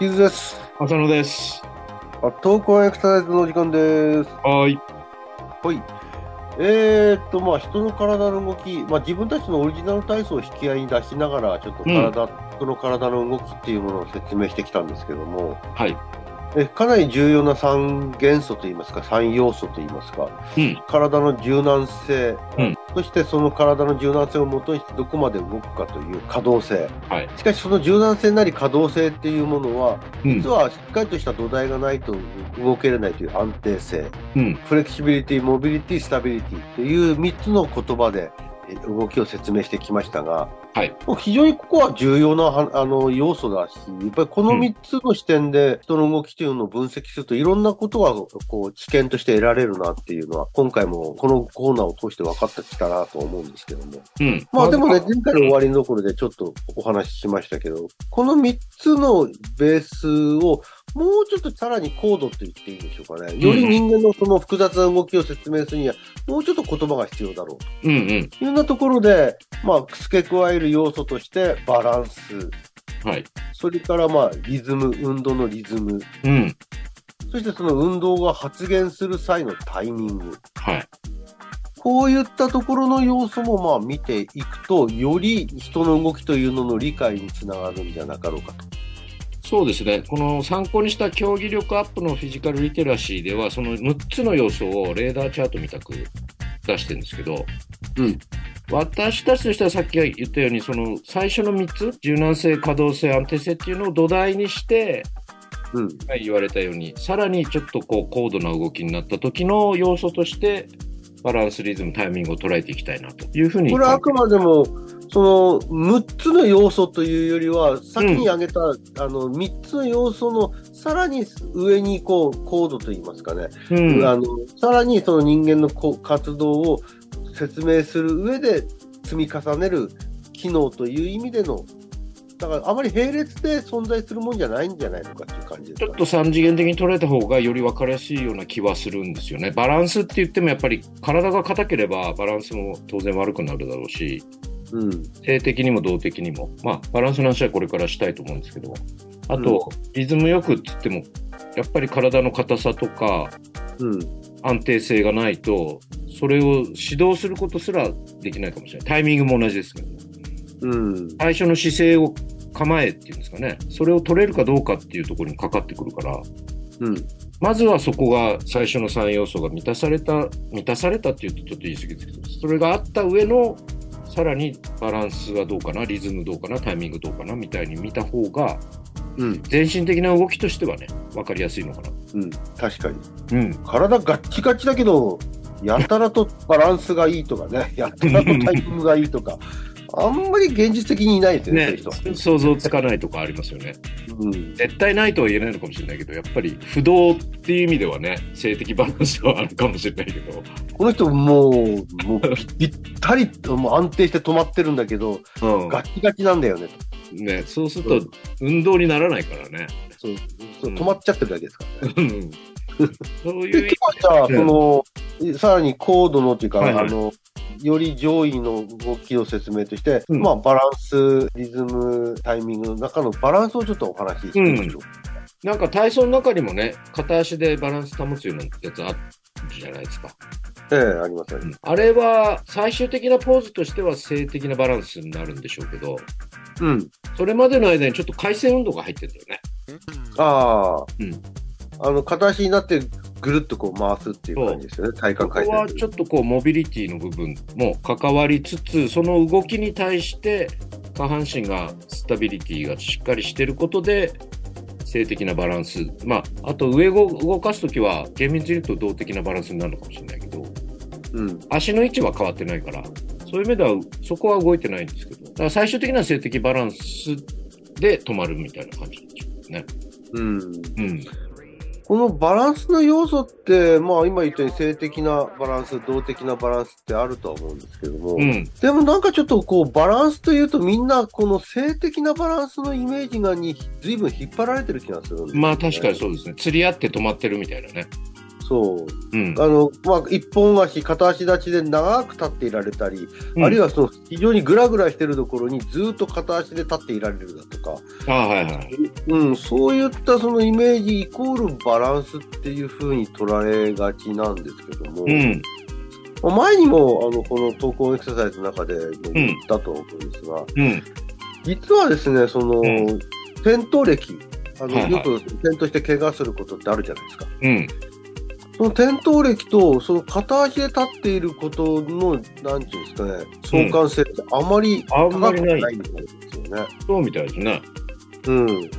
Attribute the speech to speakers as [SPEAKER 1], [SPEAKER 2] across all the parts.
[SPEAKER 1] 伊豆です。
[SPEAKER 2] 浅野です。
[SPEAKER 1] あ、投稿エクササイズの時間です。
[SPEAKER 2] はい。
[SPEAKER 1] はい。えー、っと、まあ、人の体の動き、まあ、自分たちのオリジナル体操を引き合いに出しながら、ちょっと体、人の体の動きっていうものを説明してきたんですけども、
[SPEAKER 2] はい。
[SPEAKER 1] えかなり重要な3元素といいますか、3要素といいますか、
[SPEAKER 2] うん。
[SPEAKER 1] 体の柔軟性、
[SPEAKER 2] うん
[SPEAKER 1] そしてその体の柔軟性をもとにしてどこまで動くかという可動性、
[SPEAKER 2] はい
[SPEAKER 1] しかしその柔軟性なり可動性っていうものは
[SPEAKER 2] うん
[SPEAKER 1] 実。はしっかりとした土台がないと動けれないという安定性
[SPEAKER 2] うん。
[SPEAKER 1] フレキシビリティモビリティスタビリティという3つの言葉でえ動きを説明してきましたが、
[SPEAKER 2] はい
[SPEAKER 1] もう非常にここは重要なはあの要素だしやっぱりこの
[SPEAKER 2] うん
[SPEAKER 1] 3つの視点で人の動きというのを分析するといろんなことがこう知見として得られるなっていうのは今回もこのコーナーを通して分かってきたなと思うんですけども。
[SPEAKER 2] うん。
[SPEAKER 1] まあでもね、前回の終わりのところでちょっとお話ししましたけど、この3つのベースをもうちょっとさらに高度と言っていいんでしょうかね。より人間のその複雑な動きを説明するには、もうちょっと言葉が必要だろう
[SPEAKER 2] うんうん。
[SPEAKER 1] というようなところで、まあ付け加える要素としてバランス、
[SPEAKER 2] はい。
[SPEAKER 1] それからまあリズム、運動のリズム、
[SPEAKER 2] うん。
[SPEAKER 1] そしてその運動が発現する際のタイミング、
[SPEAKER 2] はい。
[SPEAKER 1] こういったところの要素もまあ見ていくと、より人の動きというのの理解につながるんじゃなかろうかと。
[SPEAKER 2] そうですね。この参考にした競技力アップのフィジカルリテラシーでは、その6つの要素をレーダーチャートみたく出してるんですけど、
[SPEAKER 1] うん。
[SPEAKER 2] 私たちとしてはさっき言ったように、その最初の3つ、柔軟性、可動性、安定性っていうのを土台にして、
[SPEAKER 1] うん。
[SPEAKER 2] はい、言われたように、さらにちょっとこう高度な動きになった時の要素として、バランス、リズム、タイミングを捉えていきたいなというふうに。
[SPEAKER 1] これはあくまでも、その6つの要素というよりは、先に挙げた、あの3つの要素のさらに上にこう高度といいますかね、
[SPEAKER 2] うん、
[SPEAKER 1] あのさらにその人間のこう活動を説明する上で積み重ねる機能という意味での、だからあまり並列で存在するもんじゃないんじゃないのかっていう感じです
[SPEAKER 2] ち
[SPEAKER 1] かね
[SPEAKER 2] ょっと3次元的に捉えた方がより分かりやすいような気はするんですよね。バランスって言ってもやっぱり体が硬ければバランスも当然悪くなるだろうし、
[SPEAKER 1] うん、
[SPEAKER 2] 性的にも動的にも、まあバランスの話はこれからしたいと思うんですけど、あと、リズムよくって言っても、やっぱり体の硬さとか
[SPEAKER 1] うん、
[SPEAKER 2] 安定性がないと、それを指導することすらできないかもしれない。タイミングも同じですけどね。
[SPEAKER 1] うん、
[SPEAKER 2] 最初の姿勢を構えっていうんですかね、それを取れるかどうかっていうところにかかってくるから、
[SPEAKER 1] うん、
[SPEAKER 2] まずはそこが最初の3要素が満たされた、満たされたっていうとちょっと言い過ぎですけど、それがあった上の、さらにバランスはどうかな、リズムどうかな、タイミングどうかなみたいに見た方が、
[SPEAKER 1] うん、
[SPEAKER 2] 全身的な動きとしてはね、分かりやすいのかな。
[SPEAKER 1] うん、確かに。
[SPEAKER 2] うん。
[SPEAKER 1] 体ガッチガチだけど、やたらとバランスがいいとかね、 やたらとタイミングがいいとか、あんまり現実的にいないですよね、
[SPEAKER 2] ね
[SPEAKER 1] そういう、人は。
[SPEAKER 2] 想像つかないとかありますよね。
[SPEAKER 1] うん、
[SPEAKER 2] 絶対ないとは言えないのかもしれないけど、やっぱり不動っていう意味ではね、性的バランスはあるかもしれないけど。
[SPEAKER 1] この人もう、もうぴったりともう安定して止まってるんだけど、
[SPEAKER 2] うん
[SPEAKER 1] ガッチガチなんだよね。
[SPEAKER 2] ね、そうす
[SPEAKER 1] そう
[SPEAKER 2] ると運動にならないから ね。
[SPEAKER 1] そうそう
[SPEAKER 2] うん
[SPEAKER 1] 止まっちゃってるだけですからね。
[SPEAKER 2] うんそう
[SPEAKER 1] で
[SPEAKER 2] いう意味
[SPEAKER 1] 今日はじゃあ、
[SPEAKER 2] うん
[SPEAKER 1] この、さらに高度のというか、
[SPEAKER 2] はいはい
[SPEAKER 1] あの、より上位の動きを説明として、
[SPEAKER 2] うん
[SPEAKER 1] まあ、バランス、リズム、タイミングの中のバランスをちょっとお話ししてみましょう。
[SPEAKER 2] なんか体操の中にもね、片足でバランス保つようなやつあるじゃないですか。
[SPEAKER 1] ええあります、ありま
[SPEAKER 2] あれは最終的なポーズとしては性的なバランスになるんでしょうけど、
[SPEAKER 1] す。うん。
[SPEAKER 2] それまでの間にちょっと回旋運動が入ってるんだよね。
[SPEAKER 1] ああ、
[SPEAKER 2] うん
[SPEAKER 1] あの、片足になってぐるっとこう回すっていう感じですよね。体
[SPEAKER 2] こ
[SPEAKER 1] 幹回
[SPEAKER 2] こは
[SPEAKER 1] 転。
[SPEAKER 2] ちょっとこうモビリティの部分も関わりつつ、その動きに対して下半身がスタビリティがしっかりしてることで、性的なバランス、まあ、あと上を動かすときは厳密に言うと動的なバランスになるのかもしれないけど、
[SPEAKER 1] うん。
[SPEAKER 2] 足の位置は変わってないから、そういう意味ではそこは動いてないんですけど、だから最終的な性的バランスで止まるみたいな感じでしょうね。
[SPEAKER 1] うん。
[SPEAKER 2] うん。
[SPEAKER 1] このバランスの要素って、まあ今言ったように性的なバランス、動的なバランスってあるとは思うんですけども、
[SPEAKER 2] うん。
[SPEAKER 1] でもなんかちょっとこうバランスというとみんなこの性的なバランスのイメージがに随分引っ張られてる気がするんですよね、
[SPEAKER 2] まあ確かにそうですね。釣り合って止まってるみたいなね。
[SPEAKER 1] そう。そう。
[SPEAKER 2] うん。
[SPEAKER 1] あの、まあ、一本足、片足立ちで長く立っていられたり、
[SPEAKER 2] うん
[SPEAKER 1] あるいはその非常にグラグラしてるところにずっと片足で立っていられるだとか、
[SPEAKER 2] ああ、はいはい。
[SPEAKER 1] うん、そういったそのイメージイコールバランスっていう風に取られがちなんですけども、
[SPEAKER 2] うん。
[SPEAKER 1] まあ前にもあのこの投稿エクササイズの中でも言ったと思うんですが、
[SPEAKER 2] うん。
[SPEAKER 1] 実はですね、その、
[SPEAKER 2] うん
[SPEAKER 1] 転倒歴、あの、
[SPEAKER 2] はいはい
[SPEAKER 1] よく転倒して怪我することってあるじゃないですか。
[SPEAKER 2] うん。
[SPEAKER 1] その転倒歴と、その片足で立っていることの、なんていうんですかね、相関性ってあまり
[SPEAKER 2] あんま
[SPEAKER 1] 高
[SPEAKER 2] り
[SPEAKER 1] く
[SPEAKER 2] ない
[SPEAKER 1] ないんですよね。
[SPEAKER 2] そうみたいですね。
[SPEAKER 1] うん。
[SPEAKER 2] うん。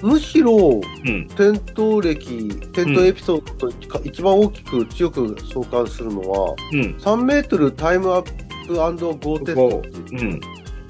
[SPEAKER 1] むしろ、
[SPEAKER 2] うん。
[SPEAKER 1] 転倒歴、転倒エピソードとか一番大きく強く相関するのは、
[SPEAKER 2] うん。
[SPEAKER 1] 3メートルタイムアップゴーテストっていう
[SPEAKER 2] うん。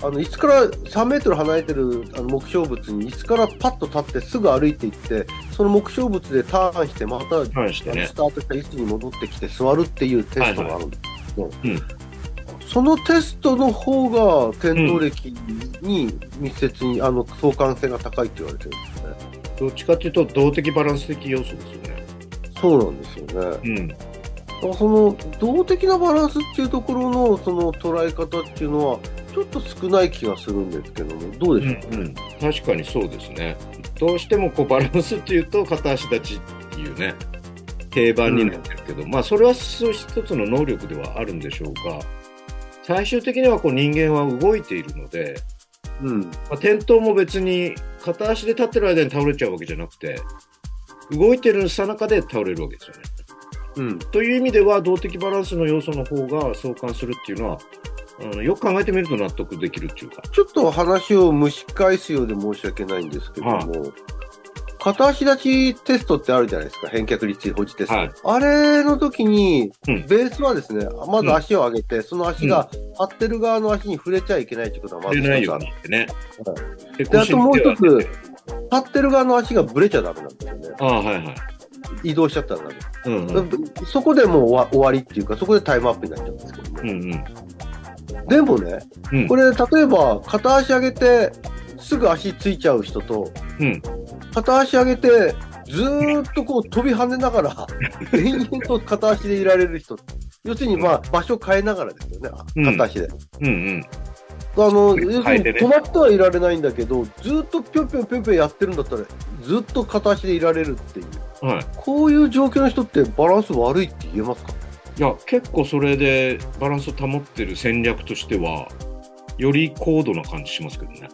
[SPEAKER 1] あのいつから3メートル離れてるあの目標物にいつからパッと立ってすぐ歩いていってその目標物でターンしてまた、あ
[SPEAKER 2] はいして
[SPEAKER 1] の
[SPEAKER 2] ね
[SPEAKER 1] ス。タートした位置に戻ってきて座るっていうテストがあるんですけど、
[SPEAKER 2] いはいうん
[SPEAKER 1] そのテストの方が転倒歴に密接に、あの相関性が高いって言われてるんですね。
[SPEAKER 2] どっちかっていうと、動的バランス的要素ですよね。
[SPEAKER 1] そうなんですよね。だ
[SPEAKER 2] うん。
[SPEAKER 1] からその動的なバランスっていうところのその捉え方っていうのはちょっと少ない気がするんですけどもどうでしょうかね。
[SPEAKER 2] うん。確かにそうですね。どうしてもこうバランスっていうと、片足立ちっていうね、定番になってるけど、まあ、それは一つの能力ではあるんでしょうが、最終的にはこう人間は動いているので、
[SPEAKER 1] うん
[SPEAKER 2] まあ、転倒も別に片足で立ってる間に倒れちゃうわけじゃなくて動いてるさなかで倒れるわけですよね。
[SPEAKER 1] うん
[SPEAKER 2] という意味では動的バランスの要素の方が相関するっていうのは、うん、よく考えてみると納得できるっていうか。
[SPEAKER 1] ちょっと話を蒸し返すようで申し訳ないんですけども、片足立ちテストってあるじゃないですか、返却率保持テスト。
[SPEAKER 2] はい
[SPEAKER 1] あれの時に、
[SPEAKER 2] うん
[SPEAKER 1] ベースはですね、まず足を上げて、その足が合ってる側の足に触れちゃいけないってことはまず
[SPEAKER 2] 出ない
[SPEAKER 1] 一つ
[SPEAKER 2] よ
[SPEAKER 1] あ
[SPEAKER 2] う
[SPEAKER 1] る
[SPEAKER 2] に。ってね。で
[SPEAKER 1] であともう一。
[SPEAKER 2] 腰に手を当て
[SPEAKER 1] つ
[SPEAKER 2] て、
[SPEAKER 1] 立ってる側の足がブレちゃダメなんですよね。
[SPEAKER 2] ああはいはい。
[SPEAKER 1] 移動しちゃったらダメ。
[SPEAKER 2] うんうん
[SPEAKER 1] そこでもう終わ終わりっていうか、そこでタイムアップになっちゃうんですけども。
[SPEAKER 2] うんうん
[SPEAKER 1] でもね、
[SPEAKER 2] うん
[SPEAKER 1] これ例えば片足上げてすぐ足ついちゃう人と、
[SPEAKER 2] うん
[SPEAKER 1] 片足上げてずーっとこう飛び跳ねなが ら延々と片足でいられる人要するにまあ場所変えながらですよねあ
[SPEAKER 2] うん
[SPEAKER 1] 片足で、
[SPEAKER 2] うんうん
[SPEAKER 1] あの
[SPEAKER 2] 変
[SPEAKER 1] 要
[SPEAKER 2] えてね
[SPEAKER 1] するに止まってはいられないんだけどずーっとぴょんぴょんぴょんぴょんやってるんだったらずっと片足でいられるっていう
[SPEAKER 2] はい。
[SPEAKER 1] こういう状況の人ってバランス悪いって言えますか
[SPEAKER 2] いや結構それでバランスを保ってる戦略としてはより高度な感じしますけどね。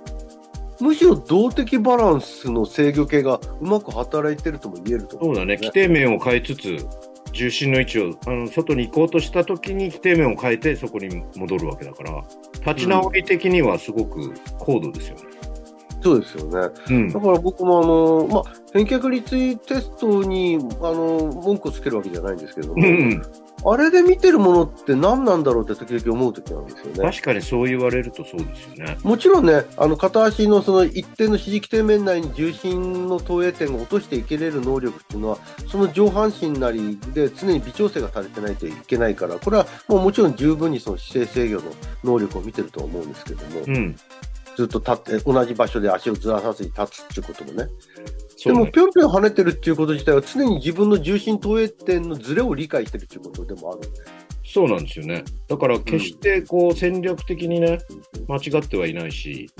[SPEAKER 1] むしろ動的バランスの制御系がうまく働いてるとも言えると思
[SPEAKER 2] そうだね、規定面を変えつつ、重心の位置をあの外に行こうとしたときに規定面を変えて、そこに戻るわけだから、立ち直り的にはすごく高度ですよね。
[SPEAKER 1] そうですよね。
[SPEAKER 2] うん
[SPEAKER 1] だから僕もあの、まあ、返却率テストに、あの、文句つけるわけじゃないんですけども、
[SPEAKER 2] うんうん、
[SPEAKER 1] あれで見てるものって何なんだろうって時々思う時なんですよね。
[SPEAKER 2] 確かにそう言われるとそうですよね。
[SPEAKER 1] もちろんね、あの、片足のその一定の支持基底面内に重心の投影点を落としていけれる能力っていうのは、その上半身なりで常に微調整がされてないといけないから、これはもうもちろん十分にその姿勢制御の能力を見てると思うんですけども、
[SPEAKER 2] うん、
[SPEAKER 1] ずっと立って、同じ場所で足をずらさずに立つっていうこともね、
[SPEAKER 2] そ
[SPEAKER 1] で
[SPEAKER 2] う
[SPEAKER 1] も
[SPEAKER 2] ね
[SPEAKER 1] ぴょんぴょん跳ねてるっていうこと自体は常に自分の重心投影点のズレを理解してるっていうことでもある。
[SPEAKER 2] そうなんですよね。だから決してこう戦略的にね、間違ってはいないし、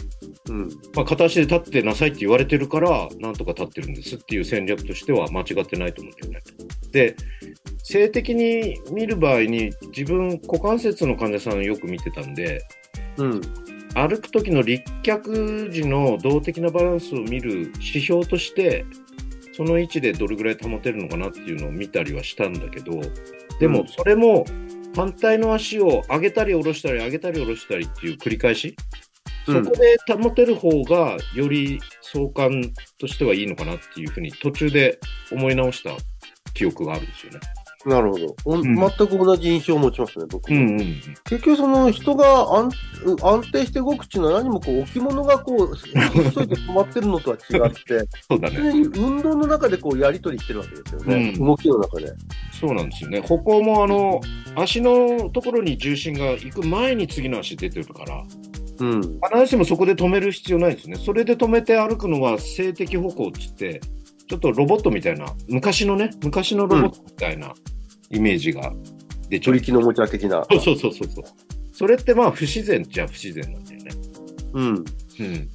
[SPEAKER 1] うん。
[SPEAKER 2] まあ、片足で立ってなさいって言われてるから、なんとか立ってるんですっていう戦略としては間違ってないと思うんだよね。で、性的に見る場合に、自分、股関節の患者さんよく見てたんで、
[SPEAKER 1] うん。
[SPEAKER 2] 歩く時の立脚時の動的なバランスを見る指標として、その位置でどれぐらい保てるのかなっていうのを見たりはしたんだけど、で
[SPEAKER 1] う
[SPEAKER 2] も
[SPEAKER 1] ん
[SPEAKER 2] それも反対の足を上げたり下ろしたり上げたり下ろしたりっていう繰り返し、
[SPEAKER 1] う
[SPEAKER 2] そ
[SPEAKER 1] ん
[SPEAKER 2] こで保てる方がより相関としてはいいのかなっていうふうに途中で思い直した記憶があるんですよね。
[SPEAKER 1] なるほど、おん
[SPEAKER 2] うん
[SPEAKER 1] 全く同じ印象を持ちますね、僕も。
[SPEAKER 2] うんうん。
[SPEAKER 1] 結局、その人が安安定して動くっていうのは何もこう置物がこう、 急いで止まってるのとは違って、
[SPEAKER 2] そうだね。
[SPEAKER 1] 常に運動の中でこうやり取りしてるわけですよね、
[SPEAKER 2] うん
[SPEAKER 1] 動きの中で。
[SPEAKER 2] そうなんですよね。歩行もあの足のところに重心が行く前に次の足出てるから、
[SPEAKER 1] うん。
[SPEAKER 2] 必ずしもそこで止める必要ないですね。それで止めて歩くのは静的歩行っつって、ちょっとロボットみたいな、昔のね、昔のロボットみたいなイメージが出ちゃ
[SPEAKER 1] 取
[SPEAKER 2] う。
[SPEAKER 1] り木のおもちゃ的な。
[SPEAKER 2] そうそうそうそうそう。それってまあ不自然っちゃ不自然なんだよね。
[SPEAKER 1] うん。
[SPEAKER 2] うん。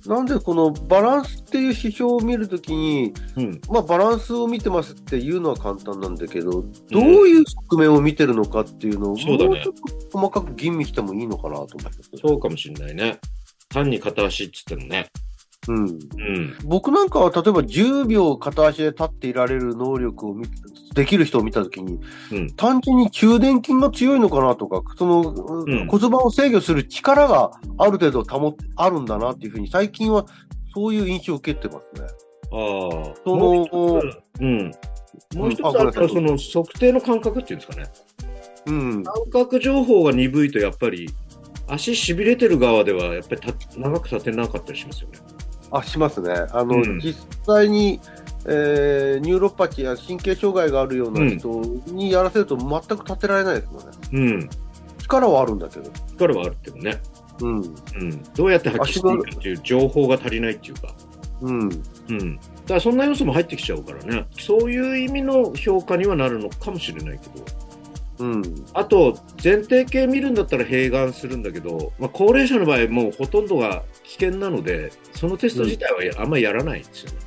[SPEAKER 1] なんでこのバランスっていう指標を見るときに、
[SPEAKER 2] うん。
[SPEAKER 1] まあバランスを見てますっていうのは簡単なんだけど、どういう側面を見てるのかっていうのを、
[SPEAKER 2] そうだね
[SPEAKER 1] もうちょっと細かく吟味してもいいのかなと思って。
[SPEAKER 2] そうかもしれないね。単に片足っつってもね。
[SPEAKER 1] うん。
[SPEAKER 2] うん。
[SPEAKER 1] 僕なんかは例えば10秒片足で立っていられる能力を見できる人を見たときに、
[SPEAKER 2] うん
[SPEAKER 1] 単純に中殿筋が強いのかなとか、その、
[SPEAKER 2] うん
[SPEAKER 1] 骨盤を制御する力がある程度保っあるんだなっていうふうに、最近はそういう印象を受けてますね。
[SPEAKER 2] ああ。
[SPEAKER 1] その
[SPEAKER 2] もう一つうん。もう一つ
[SPEAKER 1] あごめん
[SPEAKER 2] あ
[SPEAKER 1] な
[SPEAKER 2] っ
[SPEAKER 1] さ
[SPEAKER 2] た
[SPEAKER 1] い
[SPEAKER 2] ら、その測定の感覚っていうんですかね。
[SPEAKER 1] うん。
[SPEAKER 2] 感覚情報が鈍いと、やっぱり、足痺れてる側では、やっぱりた長く立てなかったりしますよね。
[SPEAKER 1] あ、しますね。あの、
[SPEAKER 2] うん
[SPEAKER 1] 実際に、えー、ニューロパティや神経障害があるような人にやらせると全く立てられないですもんね。
[SPEAKER 2] うん。
[SPEAKER 1] 力はあるんだけど。
[SPEAKER 2] 力はあるけどね。
[SPEAKER 1] うん。
[SPEAKER 2] うん。どうやって発揮していいかっていう情報が足りないっていうか。
[SPEAKER 1] うん。
[SPEAKER 2] うん。だからそんな要素も入ってきちゃうからね。そういう意味の評価にはなるのかもしれないけど。
[SPEAKER 1] うん。
[SPEAKER 2] あと、前提系見るんだったら併願するんだけど、まあ、高齢者の場合、もうほとんどが危険なので、そのテスト自体はやあんまりやらないんですよね、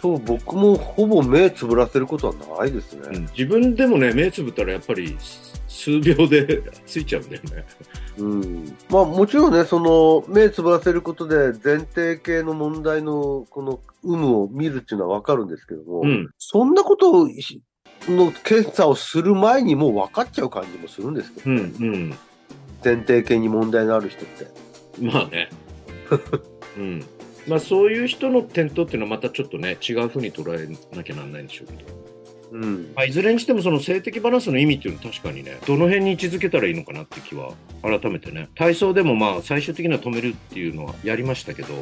[SPEAKER 1] そう、僕もほぼ目つぶらせることはないですね。
[SPEAKER 2] 自分でもね、目つぶったらやっぱりす数秒で ついちゃうんだよね。
[SPEAKER 1] うん。まあもちろんね、その目つぶらせることで前提系の問題のこの有無を見るっていうのはわかるんですけども、
[SPEAKER 2] うん。
[SPEAKER 1] そんなことをしの検査をする前にもう分かっちゃう感じもするんですけど
[SPEAKER 2] うん。
[SPEAKER 1] ね、
[SPEAKER 2] うん。
[SPEAKER 1] 前提系に問題のある人って。
[SPEAKER 2] まあ ね。うん。まあそういう人の点灯っていうのはまたちょっとね、違う風に捉えなきゃなんないんでしょうけど。
[SPEAKER 1] うん。
[SPEAKER 2] まあ、いずれにしてもその性的バランスの意味っていうのは確かにねどの辺に位置づけたらいいのかなって気は改めてね体操でもまあ最終的には止めるっていうのはやりましたけど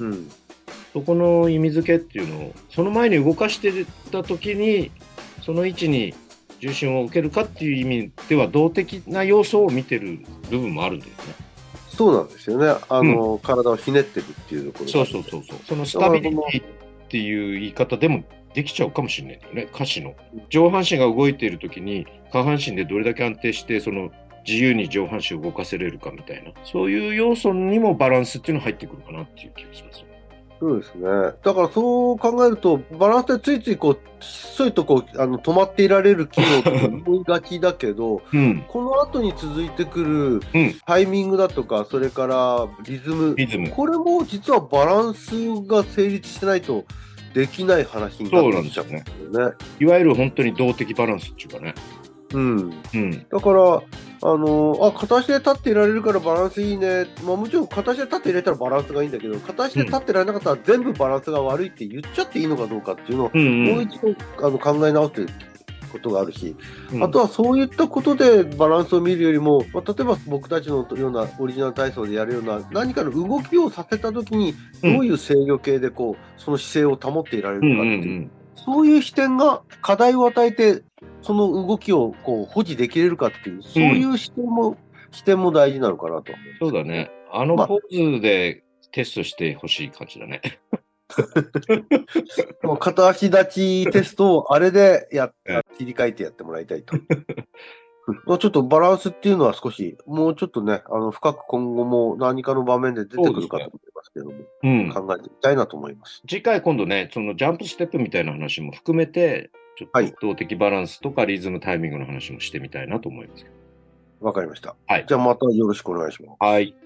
[SPEAKER 1] うん。
[SPEAKER 2] そこの意味づけっていうのをその前に動かしてた時にその位置に重心を置けるかっていう意味では動的な要素を見てる部分もあるんだよね。
[SPEAKER 1] そうなんですよね。あの、体をひねってるっていうところ。
[SPEAKER 2] そうそうそうそう。そのスタビリティっていう言い方でもできちゃうかもしれないんだよね、歌詞の。上半身が動いているときに、下半身でどれだけ安定して、その自由に上半身を動かせれるかみたいな、そういう要素にもバランスっていうのが入ってくるかなっていう気がします。
[SPEAKER 1] そうですね。だからそう考えると、バランスでついついこう、ひっそりとこう、あの、止まっていられる機能って思いがちだけ ど、
[SPEAKER 2] うん。
[SPEAKER 1] この後に続いてく
[SPEAKER 2] う
[SPEAKER 1] る
[SPEAKER 2] ん
[SPEAKER 1] タイミングだとか、それからリズム、
[SPEAKER 2] リズム。
[SPEAKER 1] これも実はバランスが成立してないとできない話にな
[SPEAKER 2] そうな
[SPEAKER 1] ってき
[SPEAKER 2] んです
[SPEAKER 1] ちゃ
[SPEAKER 2] よ
[SPEAKER 1] う
[SPEAKER 2] ね。
[SPEAKER 1] んだよね。
[SPEAKER 2] いわゆる本当に動的バランスっていうかね。
[SPEAKER 1] うん。
[SPEAKER 2] うん。
[SPEAKER 1] だから、あのあ、片足で立っていられるからバランスいいね。まあもちろん片足で立っていられたらバランスがいいんだけど、片足で立っていられなかったら全部バランスが悪いって言っちゃっていいのかどうかっていうのを、
[SPEAKER 2] うん
[SPEAKER 1] も
[SPEAKER 2] う
[SPEAKER 1] うん一度あの考え直すことがあるし、
[SPEAKER 2] うん。
[SPEAKER 1] あとはそういったことでバランスを見るよりも、まあ、例えば僕たちのようなオリジナル体操でやるような何かの動きをさせたときに
[SPEAKER 2] う
[SPEAKER 1] ど
[SPEAKER 2] ん
[SPEAKER 1] ういう制御系でこうその姿勢を保っていられる
[SPEAKER 2] うん
[SPEAKER 1] の
[SPEAKER 2] う
[SPEAKER 1] かっ
[SPEAKER 2] ん
[SPEAKER 1] て
[SPEAKER 2] う
[SPEAKER 1] いう、
[SPEAKER 2] ん。
[SPEAKER 1] そういう視点が課題を与えてその動きをこう保持できれるかっていうそういう視点も、視点も大事なのかなと。
[SPEAKER 2] そうだね。あの
[SPEAKER 1] まあ
[SPEAKER 2] ポーズでテストしてほしい感じだね。
[SPEAKER 1] まあ片足立ちテストをあれでやっ
[SPEAKER 2] え
[SPEAKER 1] 切り替えてやってもらいたい と。まあちょっとバランスっていうのは少し、もうちょっとね、あの深く今後も何かの場面で出てくるかと思いますけども、
[SPEAKER 2] うん。
[SPEAKER 1] 考えてみたいなと思います。
[SPEAKER 2] 次回今度ね、そのジャンプステップみたいな話も含めて、ちょ
[SPEAKER 1] は
[SPEAKER 2] っ
[SPEAKER 1] い
[SPEAKER 2] と動的バランスとかリズムタイミングの話もしてみたいなと思います。
[SPEAKER 1] わかりました。
[SPEAKER 2] はい
[SPEAKER 1] じゃあまたよろしくお願いします。
[SPEAKER 2] はい。